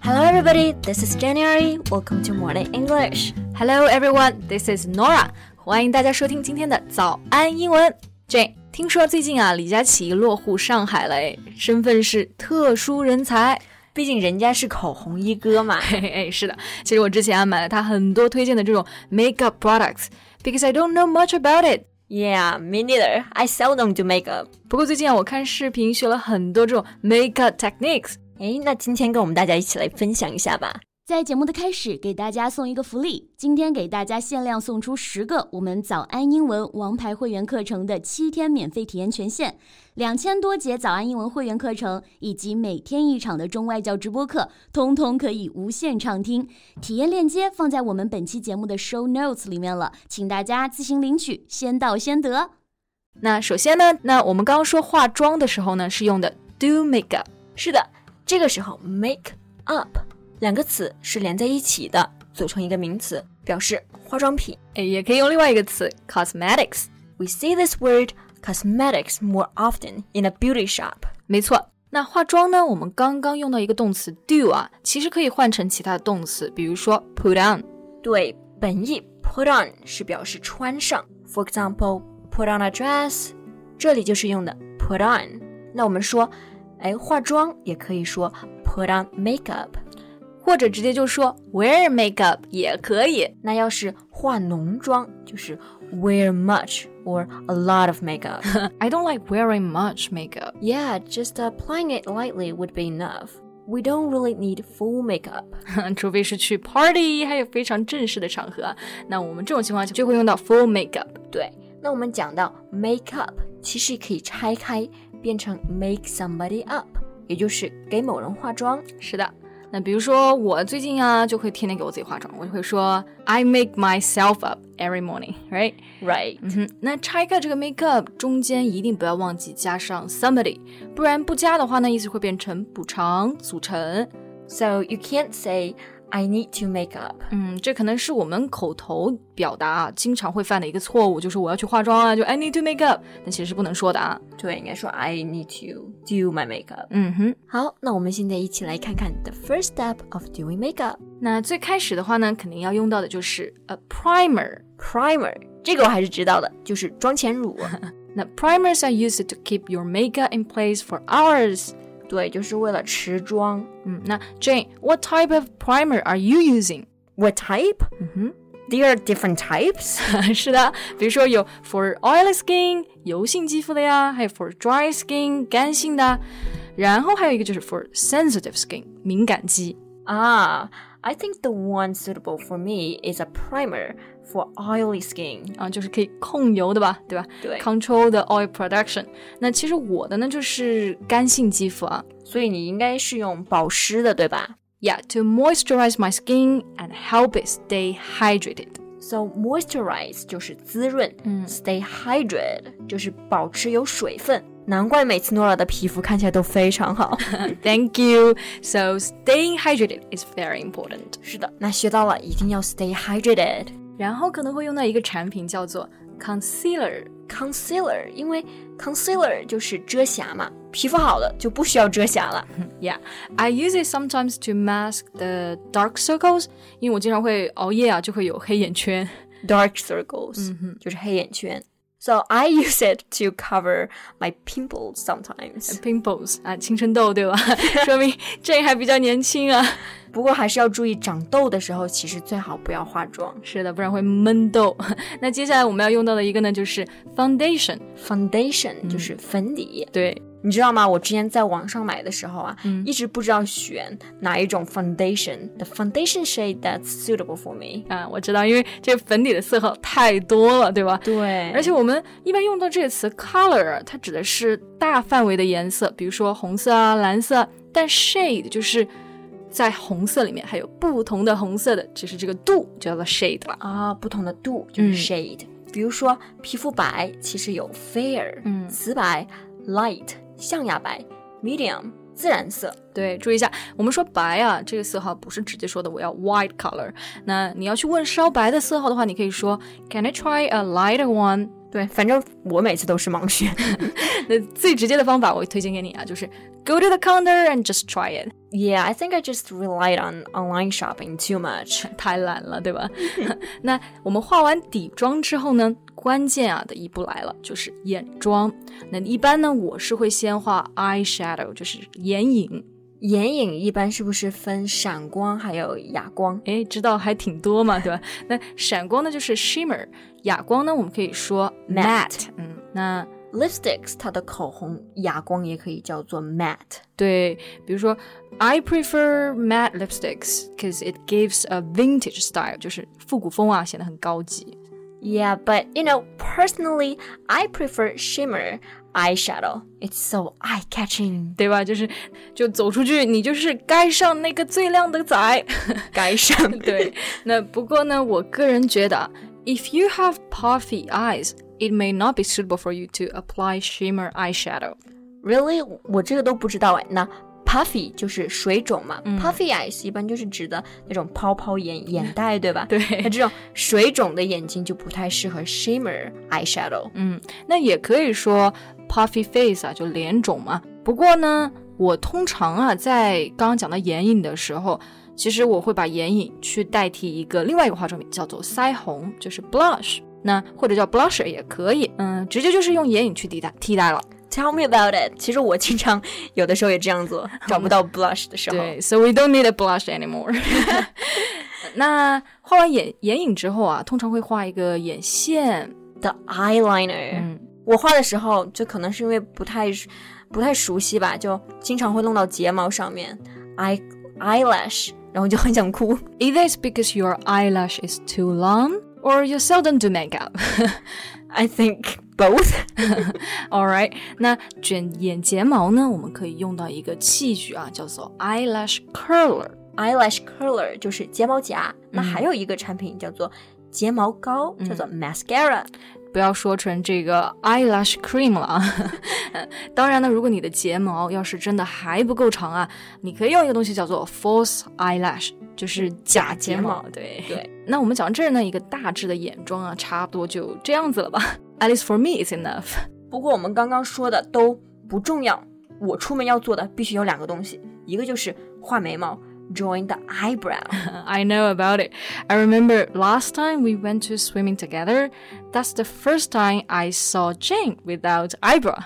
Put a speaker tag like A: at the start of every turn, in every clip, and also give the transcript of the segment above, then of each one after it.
A: Hello, everybody. This is January. Welcome to Morning English.
B: Hello everyone, this is Nora. 欢迎大家收听今天的早安英文。Jane，听说最近啊，李佳琦落户上海了，哎，身份是特殊人 才。
A: 毕竟人家是口红一哥嘛。
B: 嘿嘿哎嘿，是的，其实我之前啊买了他很多推荐的这种 makeup products because I don't know much about it。
A: Yeah, me neither. I seldom do makeup.
B: 不过最近啊，我看视频学了很多这种 makeup techniques。
A: 诶，那今天跟我们大家一起来分享一下吧。
C: 在节目的开始，给大家送一个福利，今天给大家限量送出十个我们早安英文王牌会员课程的七天免费体验权限，两千多节早安英文会员课程以及每天一场的中外教直播课，通通可以无限畅听。体验链接放在我们本期节目的 show notes 里面了，请大家自行领取，先到先得。
B: 那首先呢，那我们刚刚说化妆的时候呢，是用的 do makeup。
A: 是的，这个时候 make up 两个词是连在一起的，组成一个名词，表示化妆品。
B: 哎，也可以用另外一个词 cosmetics。
A: We see this word cosmetics more often in a beauty shop.
B: 没错，那化妆呢，我们刚刚用到一个动词 do 啊，其实可以换成其他的动词，比如说 put on。
A: 对，本意 put on 是表示穿上。For example, put on a dress，这里就是用的 put on。那我们说，哎，化妆也可以说 put on makeup。
B: 或者直接就说 wear makeup 也可以。
A: 那要是化浓妆，就是 wear much or a lot of makeup。
B: I don't like wearing much makeup。
A: yeah, just applying it lightly would be enough. We don't really need full makeup.
B: 除非是去 party，还有非常正式的场合，啊那我们这种情况就就会用到 full makeup。
A: 对，那我们讲到 make up，其实可以拆开变成 make somebody up，也就是给某人化妆。
B: 是的，那比如说我最近啊，就会天天给我自己化妆，我就会说 I make myself up every morning，right？
A: Right，
B: 嗯哼，那拆开这个 make up 中间一定不要忘记加上 somebody，不然不加的话呢，意思会变成补偿、组成。
A: So you can't say I need to make up.
B: 嗯，这可能是我们口头表达啊经常会犯的一个错误，就是我要去化妆啊，就 I need to make up，但其实是不能说的啊。
A: 对，应该说 I need to do my makeup.
B: 嗯哼，
A: 好，那我们现在一起来看看 the first step of doing makeup.
B: 那最开始的话呢，肯定要用到的就是 a primer。
A: Primer，这个我还是知道的，就是妆前乳。
B: 那 primers are used to keep your makeup in place for hours。
A: 对，就是为了持妆。
B: 嗯，那 Jane，what type of primer are you using？
A: What type?
B: 嗯哼。
A: There are different types.
B: 是的，比如说有 for oily skin 油性肌肤的呀，还有 for dry skin 干性的，然后还有一个就是 for sensitive skin 敏感肌。
A: Ah, I think the one suitable for me is a primer for oily skin.
B: 啊，就是可以控油的吧，对吧？
A: 对
B: ，control the oil production。那其实我的呢就是干性肌肤啊
A: 所以你应该是用保湿的，对吧
B: ，yeah，to moisturize my skin and help it stay hydrated。
A: ？So moisturize 就是滋润，
B: 嗯
A: ，stay hydrated 就是保持有水分。难怪每次诺拉的皮肤看起来都非常好。
B: Thank you. So staying hydrated is very important.
A: 是的，那学到了，一定要 stay hydrated。
B: 然后可能会用到一个产品叫做 concealer。
A: Concealer，因为 concealer 就是遮瑕嘛，皮肤好了就不需要遮瑕了。
B: Yeah, I use it sometimes to mask the dark circles，因为我经常会熬夜啊，就会有黑眼圈。
A: dark circles，、就是
B: 嗯
A: 黑眼圈。So I use it to cover my pimples sometimes。
B: Pimples 啊，青春痘对吧？ 说明这还比较年轻啊。
A: 不过还是要注意，长痘的时候其实最好不要化妆。
B: 是的，不然会闷痘。 那接下来我们要用到的一个呢，就是 foundation。嗯
A: Foundation 就是粉底，
B: 对，
A: 你知道吗？我之前在网上买的时候啊，
B: 嗯
A: 一直不知道选哪一种 foundation，the foundation shade that's suitable for me。
B: 啊，我知道，因为这个粉底的色号太多了，对吧？
A: 对
B: 而且我们一般用到这个词 color，它指的是大范围的颜色，比如说红色啊、蓝色啊。但 shade 就是在红色里面还有不同的红色的，只是这个度就叫做 shade 了。
A: 啊，不同的度就是
B: 嗯
A: shade。比如说，皮肤白其实有 fair，
B: 嗯
A: 瓷白、light、象牙白、medium、自然色。
B: 对，注意一下，我们说白啊这个色号不是直接说的我要 white color。那你要去问烧白的色号的话，你可以说 Can I try a lighter one？对
A: 反正我每次都是盲 选。
B: 那最直接的方法，我推荐给你啊，就是 go to the counter and just try it。
A: yeah, I think I just relied on online shopping too much.
B: 太懒了，对吧？ 那我们化完底妆之后呢，关键啊的一步来了，就是眼妆。那一般呢，我是会先画 eyeshadow，就是眼影。
A: 眼影一般是不是分闪光还有哑光？
B: 诶，哎知道还挺多嘛，对吧？ 那闪光呢就是 shimmer，哑光呢我们可以说
A: Matte
B: matte。嗯，那
A: Lipsticks 它的口红哑光也可以叫做 matte。
B: 对，比如说，I prefer matte lipsticks because it gives a vintage style，就是复古风啊，显得很高级。
A: Yeah, but you know, personally, I prefer shimmer eyeshadow. It's so eye catching.
B: 对吧？就是，就走出去，你就是该上那个最靓的仔。
A: 该上
B: 对，那不过呢，我个人觉得啊，if you have puffy eyes, it may not be suitable for you to apply shimmer eyeshadow。
A: Really，我这个都不知道哎。那 puffy 就是水肿嘛、p u f f y eyes 一般就是指的那种泡泡眼眼袋，对吧？
B: 对
A: 那这种水肿的眼睛就不太适合 shimmer eyeshadow。
B: 嗯，那也可以说 puffy face 啊，就脸肿嘛。不过呢，我通常啊，在刚刚讲到眼影的时候，其实我会把眼影去代替一个另外一个化妆品，叫做腮红，就是 blush。那或者叫 blusher 也可以，嗯，直接就是用眼影去替代替代了。
A: Tell me about it。其实我经常有的时候也这样做，找不到 blush 的时候。
B: 对，so we don't need a blush anymore 。那画完眼眼影之后啊，通常会画一个眼线，
A: 的 eyeliner，、
B: 嗯
A: 我画的时候就可能是因为不太不太熟悉吧，就经常会弄到睫毛上面 eye eyelash，然后就很想哭。
B: Either it's because your eyelash is too long, or you seldom do makeup 。
A: I think both。
B: All right，那卷眼睫毛呢，我们可以用到一个器具啊，叫做 eyelash curler。
A: eyelash curler 就是睫毛夹，那还有一个产品叫做睫毛膏，叫做 mascara。
B: 不要说成这个 eyelash cream 了啊！ 当然呢，如果你的睫毛要是真的还不够长啊，你可以用一个东西叫做 false eyelash，就是假睫
A: 假睫
B: 毛。
A: 毛
B: 对
A: 对。
B: 那我们讲到这儿呢，一个大致的眼妆啊，差不多就这样子了吧 ？At least for me, it's enough。
A: 不过我们刚刚说的都不重要，我出门要做的必须有两个东西，一个就是画眉毛，join the eyebrow。
B: I know about it. I remember last time we went to swimming together. That's the first time I saw Jane without eyebrow.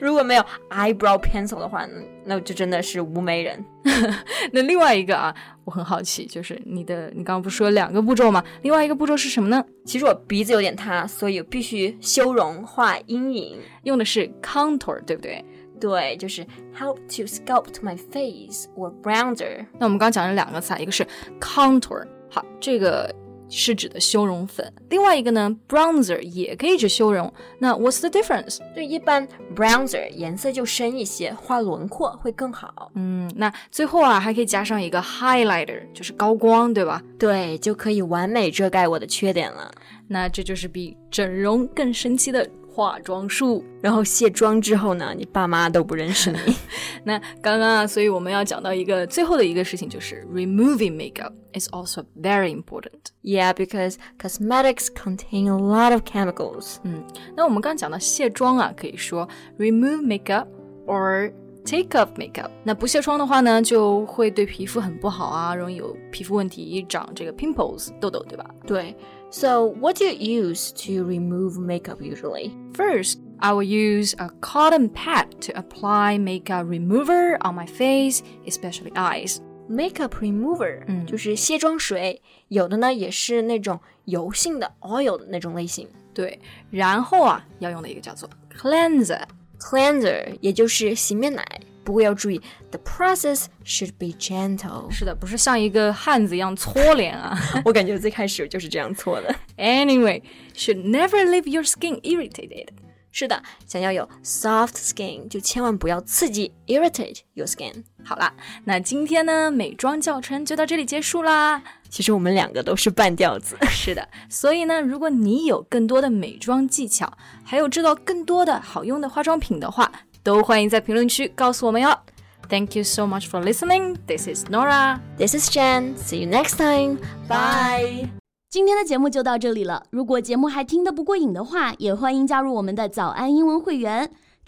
A: 如果没有 eyebrow pencil 的话，那那就真的是无眉人。
B: 那另外一个啊，我很好奇，就是你的，你刚刚不是说两个步骤吗？另外一个步骤是什么呢？
A: 其实我鼻子有点塌，所以必须修容画阴影。
B: 用的是 contour，对不对？
A: 对，就是 help to sculpt my face or bronzer。
B: 那我们刚刚讲了两个词啊，一个是 contour，好，这个是指的修容粉；另外一个呢，bronzer 也可以指修容。那 what's the difference？
A: 就一般 bronzer 颜色就深一些，画轮廓会更好。
B: 嗯，那最后啊，还可以加上一个 highlighter，就是高光，对吧？
A: 对，就可以完美遮盖我的缺点了。
B: 那这就是比整容更神奇的化妆术。
A: 然后卸妆之后呢，你爸妈都不认识你。
B: 那刚刚啊，所以我们要讲到一个最后的一个事情，就是 removing makeup is also very important。
A: yeah, because cosmetics contain a lot of chemicals.
B: 那我们刚讲到卸妆啊，可以说 remove makeup or take off makeup。那不卸妆的话呢，就会对皮肤很不好啊，容易有皮肤问题，长这个 pimples 痘痘，对吧
A: 对，so what do you use to remove makeup usually?
B: ？First, I will use a cotton pad to apply makeup remover on my face, especially eyes.
A: Makeup remover，嗯，就是卸妆水，有的呢也是那种油性的 oil 的那种类型
B: 对，然后啊，要用的一个叫做 cleanser。
A: ，cleanser 也就是洗面奶。不过要注意，the process should be gentle。
B: 是的，不是像一个汉子一样搓脸啊。
A: 我感觉最开始就是这样错的。
B: anyway, should never leave your skin irritated.
A: 是的，想要有 soft skin，就千万不要刺激 irritate your skin。
B: 好啦，那今天呢，美妆教程就到这里结束啦。
A: 其实我们两个都是半吊子。
B: 是的，所以呢，如果你有更多的美妆技巧，还有知道更多的好用的化妆品的话，都欢迎在评论区告诉我们哟。Thank you so much for listening. This is Nora.
A: This is Jen. See you next time. Bye.
C: 今天的节目就到这里了。如果节目还听得不过瘾的话，也欢迎加入我们的早安英文会员。